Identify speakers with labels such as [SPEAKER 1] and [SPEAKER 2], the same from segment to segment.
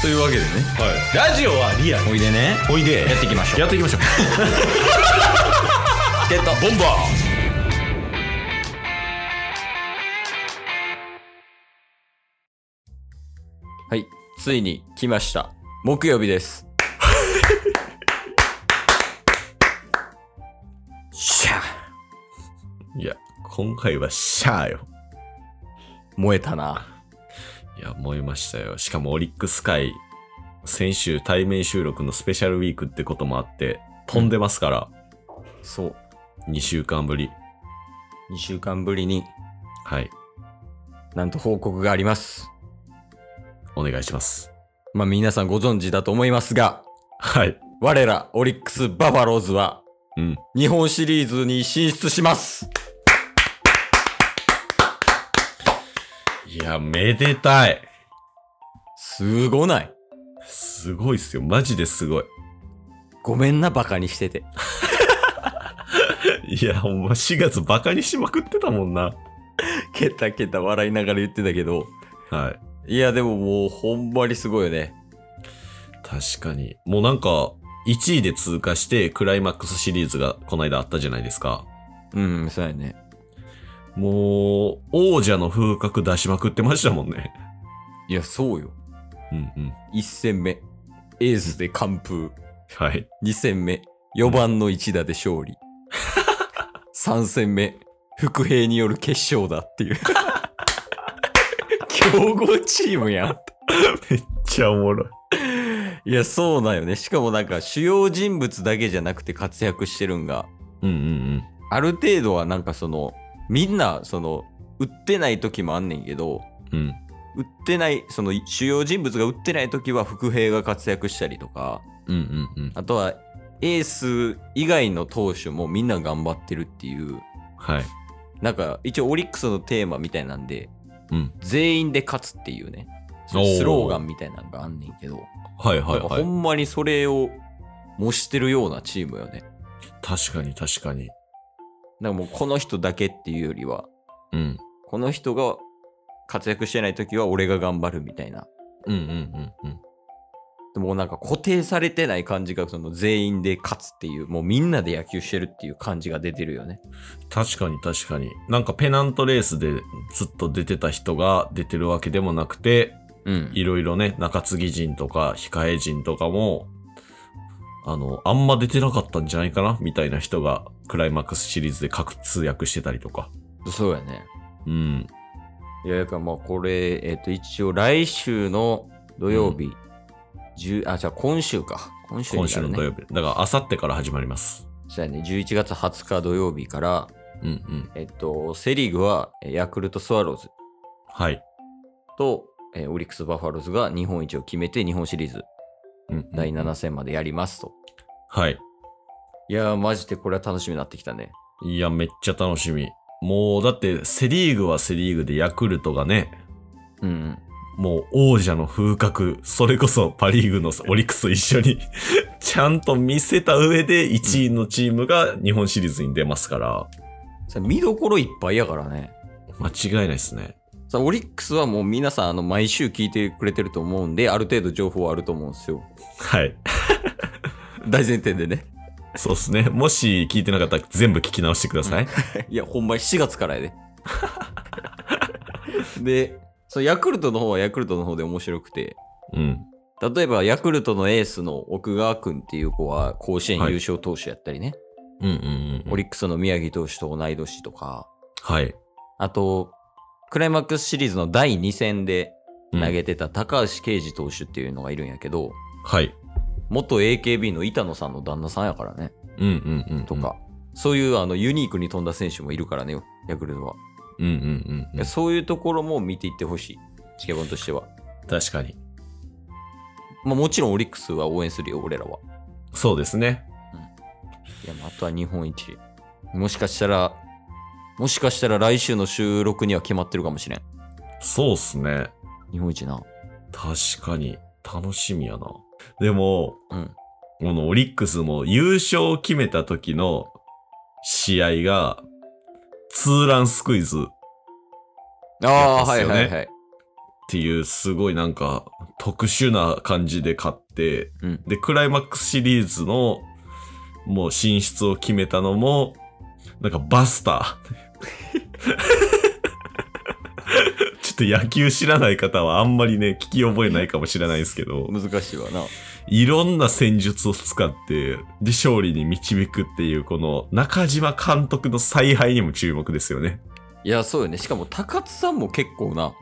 [SPEAKER 1] というわけでね
[SPEAKER 2] はい、ラジオはリアル
[SPEAKER 1] おいでね
[SPEAKER 2] おいで
[SPEAKER 1] やっていきましょう
[SPEAKER 2] やっていきましょう
[SPEAKER 1] ゲット
[SPEAKER 2] ボンバ
[SPEAKER 1] はいついに来ました木曜日ですシャー
[SPEAKER 2] ーいや今回はシャーよ
[SPEAKER 1] 燃えたない
[SPEAKER 2] や燃えましたよしかもオリックス界先週対面収録のスペシャルウィークってこともあって飛んでますから、
[SPEAKER 1] そう
[SPEAKER 2] 2週間ぶり
[SPEAKER 1] 2週間ぶりに
[SPEAKER 2] はい
[SPEAKER 1] なんと報告があります
[SPEAKER 2] お願いします
[SPEAKER 1] まあ皆さんご存知だと思いますが
[SPEAKER 2] はい
[SPEAKER 1] 我らオリックスバファローズは
[SPEAKER 2] うん
[SPEAKER 1] 日本シリーズに進出します
[SPEAKER 2] いやめでたい
[SPEAKER 1] すごない
[SPEAKER 2] すごいっすよマジですごい
[SPEAKER 1] ごめんなバカにして て
[SPEAKER 2] いやほんま4月バカにしまくってたもんな
[SPEAKER 1] ケタケタ笑いながら言ってたけど
[SPEAKER 2] はい
[SPEAKER 1] いやでももうほんまにすごいよね
[SPEAKER 2] 確かにもうなんか1位で通過してクライマックスシリーズがこの間あったじゃないですか
[SPEAKER 1] うんそうやね
[SPEAKER 2] もう王者の風格出しまくってましたもんね
[SPEAKER 1] いやそうよ
[SPEAKER 2] うんうん
[SPEAKER 1] 1戦目エースで完封
[SPEAKER 2] はい
[SPEAKER 1] 2戦目4番の一打で勝利 3戦目伏兵による決勝だっていう 強豪チームやん
[SPEAKER 2] めっちゃおもろ い
[SPEAKER 1] いやそうなんよねしかもなんか主要人物だけじゃなくて活躍してるんが
[SPEAKER 2] うんうん
[SPEAKER 1] ある程度はなんかそのみんなその売ってない時もあんねんけど
[SPEAKER 2] うんうん
[SPEAKER 1] 売ってないその主要人物が売ってない時は伏兵が活躍したりとか
[SPEAKER 2] うんうんうん
[SPEAKER 1] あとはエース以外の投手もみんな頑張ってるっていう
[SPEAKER 2] はい
[SPEAKER 1] なんか一応オリックスのテーマみたいなんで
[SPEAKER 2] うん
[SPEAKER 1] 全員で勝つっていうねそういうスローガンみたいなのがあんねんけど
[SPEAKER 2] はいはい
[SPEAKER 1] なんか
[SPEAKER 2] は
[SPEAKER 1] ほ
[SPEAKER 2] い
[SPEAKER 1] んまにそれを模してるようなチームよね
[SPEAKER 2] 確かに確かに
[SPEAKER 1] なんかもうこの人だけっていうよりは
[SPEAKER 2] うん
[SPEAKER 1] この人が活躍してない時は俺が頑張るみたいな
[SPEAKER 2] うんうんうんうん
[SPEAKER 1] でもなんか固定されてない感じがその全員で勝つっていうもうみんなで野球してるっていう感じが出てるよね
[SPEAKER 2] 確かに確かになんかペナントレースでずっと出てた人が出てるわけでもなくて
[SPEAKER 1] うん
[SPEAKER 2] いろいろね、中継ぎ陣とか、控え陣とかも、あの、あんま出てなかったんじゃないかなみたいな人が、クライマックスシリーズで各通訳してたりとか。
[SPEAKER 1] そうやね
[SPEAKER 2] うん。
[SPEAKER 1] いやだからまあこれえっ、と一応来週の土曜日、10あじゃあ今週か今週に
[SPEAKER 2] 今
[SPEAKER 1] な
[SPEAKER 2] 週
[SPEAKER 1] る
[SPEAKER 2] の
[SPEAKER 1] ね
[SPEAKER 2] 土曜日。だから、あさってから始まります。
[SPEAKER 1] そうやね11月20日土曜日から
[SPEAKER 2] うんうん。
[SPEAKER 1] えっ、とセ・リーグはえーヤクルトスワローズ
[SPEAKER 2] はい。
[SPEAKER 1] と、えーオリックス・バファローズが日本一を決めて日本シリーズ
[SPEAKER 2] うん
[SPEAKER 1] 第7戦までやりますと。
[SPEAKER 2] はい。
[SPEAKER 1] いやー、マジでこれは楽しみになってきたね。
[SPEAKER 2] いや、めっちゃ楽しみ。もう、だって、セリーグはセリーグでヤクルトがね、
[SPEAKER 1] うんうん。
[SPEAKER 2] もう王者の風格、それこそパリーグのオリックスと一緒に、 ちゃんと見せた上で1位のチームが日本シリーズに出ますから。
[SPEAKER 1] さ見どころいっぱいやからね。
[SPEAKER 2] 間違いないですね。
[SPEAKER 1] さオリックスはもう皆さんあの毎週聞いてくれてると思うんで、ある程度情報はあると思うんです よ。
[SPEAKER 2] はい。
[SPEAKER 1] 大前提でね。
[SPEAKER 2] そうですね。もし聞いてなかったら全部聞き直してください。
[SPEAKER 1] いや、ほんまに4月からや で。で、そのヤクルトの方はヤクルトの方で面白くて、
[SPEAKER 2] うん。
[SPEAKER 1] 例えばヤクルトのエースの奥川君っていう子は甲子園優勝投手やったりね、
[SPEAKER 2] うんうんうん。
[SPEAKER 1] オリックスの宮城投手と同い年とか、
[SPEAKER 2] はい。
[SPEAKER 1] あと、クライマックスシリーズの第2戦で
[SPEAKER 2] うん
[SPEAKER 1] 投げてた高橋奎二投手っていうのがいるんやけど、
[SPEAKER 2] はい。
[SPEAKER 1] 元 AKB の板野さんの旦那さんやからね、
[SPEAKER 2] うんうんうんうん。
[SPEAKER 1] とか、そういうあのユニークに飛んだ選手もいるからね、ヤクルトは。
[SPEAKER 2] うんうんうん
[SPEAKER 1] い
[SPEAKER 2] うん
[SPEAKER 1] や。そういうところも見ていってほしい、チケボンとしては。
[SPEAKER 2] 確かに。
[SPEAKER 1] まあ、もちろんオリックスは応援するよ、俺らは。
[SPEAKER 2] そうですね。
[SPEAKER 1] いや、まああとは日本一。もしかしたら、もしかしたら来週の収録には決まってるかもしれん。
[SPEAKER 2] そうっすね。
[SPEAKER 1] 日本一な。
[SPEAKER 2] 確かに。楽しみやな。でも、
[SPEAKER 1] うん。
[SPEAKER 2] このオリックスも優勝を決めた時の試合が、ツーランスクイズっ
[SPEAKER 1] ああー、
[SPEAKER 2] で
[SPEAKER 1] は
[SPEAKER 2] す
[SPEAKER 1] い
[SPEAKER 2] よね
[SPEAKER 1] はいはい。
[SPEAKER 2] っていうすごいなんか特殊な感じで買って、
[SPEAKER 1] うん
[SPEAKER 2] でクライマックスシリーズのもう進出を決めたのもなんかバスタ ーちょっと野球知らない方はあんまりね聞き覚えないかもしれないですけど
[SPEAKER 1] 難しいわな。
[SPEAKER 2] いろんな戦術を使ってで勝利に導くっていうこの中島監督の采配にも注目ですよね
[SPEAKER 1] いや、そうよね。しかも、高津さんも結構な、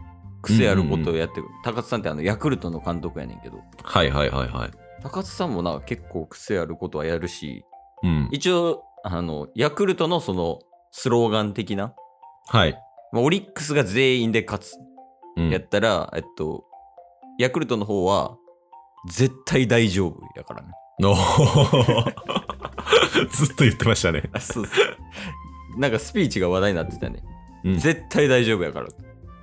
[SPEAKER 1] 癖あることをやってる。高津さんってあの、ヤクルトの監督やねんけど、
[SPEAKER 2] はいはいはいはい
[SPEAKER 1] 高津さんもな、結構癖あることはやるし、
[SPEAKER 2] うん
[SPEAKER 1] 一応、あの、ヤクルトのその、スローガン的な、
[SPEAKER 2] はい、
[SPEAKER 1] まあオリックスが全員で勝つ
[SPEAKER 2] うん
[SPEAKER 1] やったら、えっと、ヤクルトの方は、絶対大丈夫やからね。
[SPEAKER 2] おー ずっと言ってましたね。
[SPEAKER 1] あそうそうなんかスピーチが話題になってたね。
[SPEAKER 2] うん
[SPEAKER 1] 絶対大丈夫やから。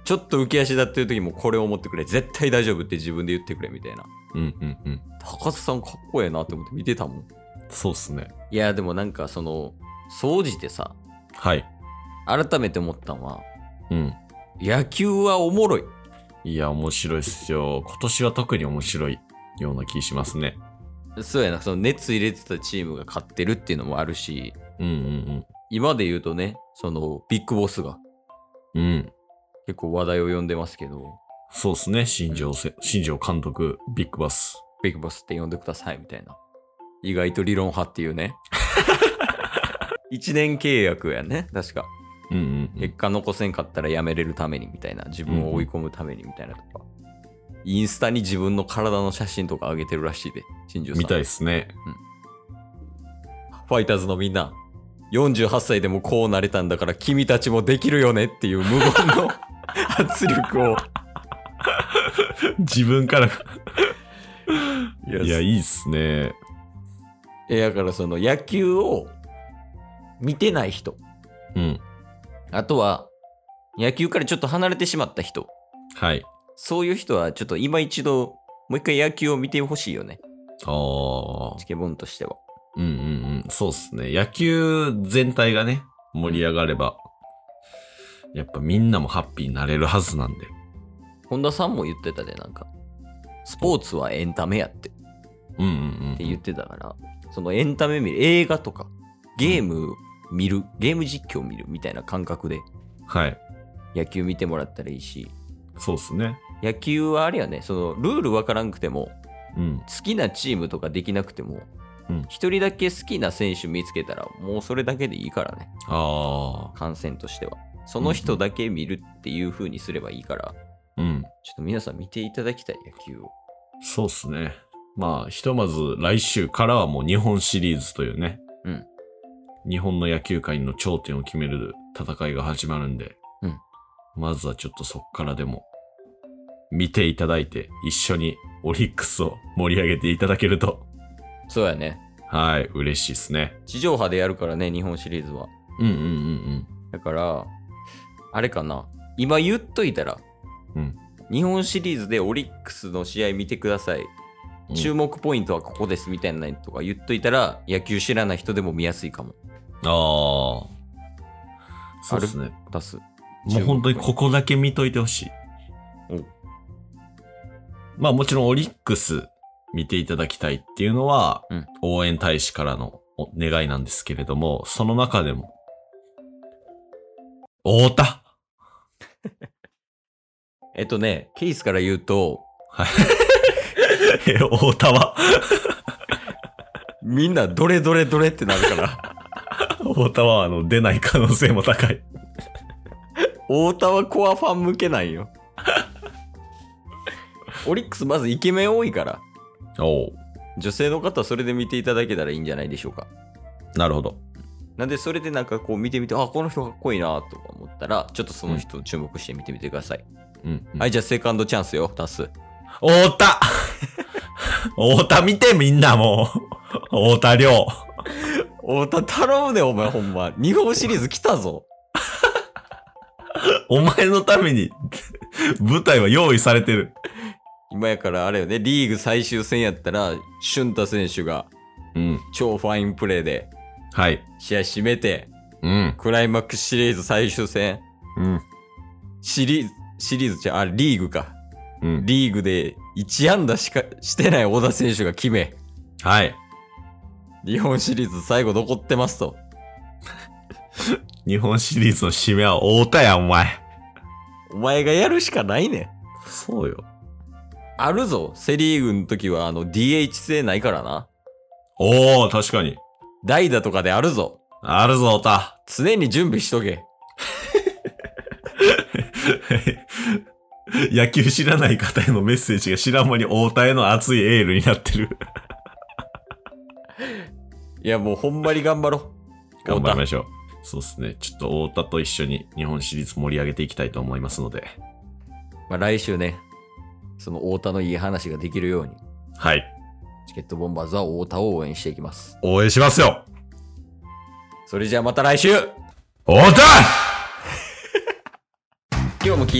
[SPEAKER 1] ちょっと浮き足立ってる時もこれを持ってくれ。絶対大丈夫って自分で言ってくれみたいな。
[SPEAKER 2] うんうんうん。
[SPEAKER 1] 高津さんかっこええなって思って見てたもん。
[SPEAKER 2] そうっすね。
[SPEAKER 1] いや、でもなんかその、総じてさ、
[SPEAKER 2] はい。
[SPEAKER 1] 改めて思ったのは、
[SPEAKER 2] うん。
[SPEAKER 1] 野球はおもろい。
[SPEAKER 2] いや、面白いっすよ。今年は特に面白いような気しますね。
[SPEAKER 1] そうやな、その熱入れてたチームが勝ってるっていうのもあるし、
[SPEAKER 2] うん
[SPEAKER 1] 今で言うとね、そのビッグボスが
[SPEAKER 2] うんうん。うん。
[SPEAKER 1] 結構話題を呼んでますけど、
[SPEAKER 2] そうっすね。新庄せ、新庄監督、ビッグバス。
[SPEAKER 1] ビッグボスって呼んでくださいみたいな。意外と理論派っていう ね。1年契約やね、確か。
[SPEAKER 2] うんうん、うん
[SPEAKER 1] 結。果残せんかったら辞めれるためにみたいな、自分を追い込むためにみたいなとか。インスタに自分の体の写真とか上げてるらしいで、新庄さん。
[SPEAKER 2] 見たいっすね。
[SPEAKER 1] ファイターズのみんな、48歳でもこうなれたんだから君たちもできるよねっていう無言 の圧力を。
[SPEAKER 2] 自分か ら。
[SPEAKER 1] い
[SPEAKER 2] いや、いいっすね。
[SPEAKER 1] えだからその野球を見てない人、
[SPEAKER 2] うん。
[SPEAKER 1] あとは野球からちょっと離れてしまった人、
[SPEAKER 2] はい。
[SPEAKER 1] そういう人はちょっと今一度、もう一回野球を見てほしいよね。
[SPEAKER 2] ああ。
[SPEAKER 1] チケボンとしては。
[SPEAKER 2] うんうんうん。そうっすね。野球全体がね、盛り上がれば、やっぱみんなもハッピーになれるはずなんで。
[SPEAKER 1] 本田さんも言ってたで、なんか、スポーツはエンタメやってっ
[SPEAKER 2] うんうん
[SPEAKER 1] て
[SPEAKER 2] うん。
[SPEAKER 1] 言ってたから、そのエンタメ見る、映画とか、ゲーム見る、ゲーム実況見るみたいな感覚で
[SPEAKER 2] はい。
[SPEAKER 1] 野球見てもらったらいいし、
[SPEAKER 2] そうっすね。
[SPEAKER 1] 野球はあれやね、そのルールわからんくても、
[SPEAKER 2] うん。
[SPEAKER 1] 好きなチームとかできなくても
[SPEAKER 2] うん、
[SPEAKER 1] 一、人だけ好きな選手見つけたら、もうそれだけでいいからね、
[SPEAKER 2] ああ。
[SPEAKER 1] 観戦としては。その人だけ見るっていう風にすればいいから、
[SPEAKER 2] うん。
[SPEAKER 1] ちょっと皆さん見ていただきたい野球を。
[SPEAKER 2] そうっすね。まあ、ひとまず来週からはもう日本シリーズというね。
[SPEAKER 1] うん。
[SPEAKER 2] 日本の野球界の頂点を決める戦いが始まるんで。
[SPEAKER 1] うん。
[SPEAKER 2] まずはちょっとそっからでも、見ていただいて、一緒にオリックスを盛り上げていただけると
[SPEAKER 1] そうやね。
[SPEAKER 2] はい、嬉しいですね。
[SPEAKER 1] 地上波でやるからね、日本シリーズは。
[SPEAKER 2] うんうんうん
[SPEAKER 1] だから、あれかな。今言っといたら、
[SPEAKER 2] うん
[SPEAKER 1] 日本シリーズでオリックスの試合見てください。
[SPEAKER 2] うん
[SPEAKER 1] 注目ポイントはここですみたいなのとか言っといたら、野球知らない人でも見やすいかも。
[SPEAKER 2] ああ。そうですね。
[SPEAKER 1] 出す。
[SPEAKER 2] もう本当にここだけ見といてほしい。
[SPEAKER 1] うん
[SPEAKER 2] まあもちろんオリックス見ていただきたいっていうのは、
[SPEAKER 1] うん
[SPEAKER 2] 応援大使からのお願いなんですけれども、その中でも、太田
[SPEAKER 1] えっとね、ケースから言うと、
[SPEAKER 2] え太田は
[SPEAKER 1] みんなどれどれどれってなるから、
[SPEAKER 2] 太田はあの出ない可能性も高い。
[SPEAKER 1] 太田はコアファン向けないよ。 オリックスまずイケメン多いから、
[SPEAKER 2] おう
[SPEAKER 1] 女性の方はそれで見ていただけたらいいんじゃないでしょうか。
[SPEAKER 2] なるほど。
[SPEAKER 1] なんでそれでなんかこう見てみて、あ、この人かっこいいなとか思ったら、ちょっとその人を注目して見てみてください。
[SPEAKER 2] うん、うん
[SPEAKER 1] はい、じゃあセカンドチャンスよ、出す。
[SPEAKER 2] 太田太田見てみんなもう。太田亮。
[SPEAKER 1] おた、頼むね、お前ほんま。日本シリーズ来たぞ。
[SPEAKER 2] お前のために舞台は用意されてる。
[SPEAKER 1] 今やからあれよね、リーグ最終戦やったら、俊太選手が
[SPEAKER 2] うん。
[SPEAKER 1] 超ファインプレーで
[SPEAKER 2] はい。
[SPEAKER 1] 試合締めて、
[SPEAKER 2] うん。
[SPEAKER 1] クライマックスシリーズ最終戦、
[SPEAKER 2] うん。
[SPEAKER 1] シリーズ、シリーズじゃ、あ、リーグか。
[SPEAKER 2] うん。
[SPEAKER 1] リーグで1安打しかしてない小田選手が決め、
[SPEAKER 2] はい。
[SPEAKER 1] 日本シリーズ最後残ってますと。
[SPEAKER 2] 日本シリーズの締めは太田や、お前。
[SPEAKER 1] お前がやるしかないねん。
[SPEAKER 2] そうよ。
[SPEAKER 1] あるぞ。セリーグの時はあの DH 制ないからな。
[SPEAKER 2] おー、確かに。
[SPEAKER 1] 代打とかであるぞ。
[SPEAKER 2] あるぞ、太田。
[SPEAKER 1] 常に準備しとけ。
[SPEAKER 2] 野球知らない方へのメッセージが知らん間に太田への熱いエールになってる。
[SPEAKER 1] いやもうほんまに 頑張ろう。
[SPEAKER 2] 頑張りま
[SPEAKER 1] し
[SPEAKER 2] しょう。そうですね。ちょっと太田と一緒に日本シリーズ盛り上げていきたいと思いますので。
[SPEAKER 1] まあ、来週ね、その太田のいい話ができるように、
[SPEAKER 2] はい。
[SPEAKER 1] チケットボンバーズは太田を応援していきます。
[SPEAKER 2] 応援しますよ
[SPEAKER 1] それじゃあまた来週
[SPEAKER 2] 太田
[SPEAKER 1] 今日も聞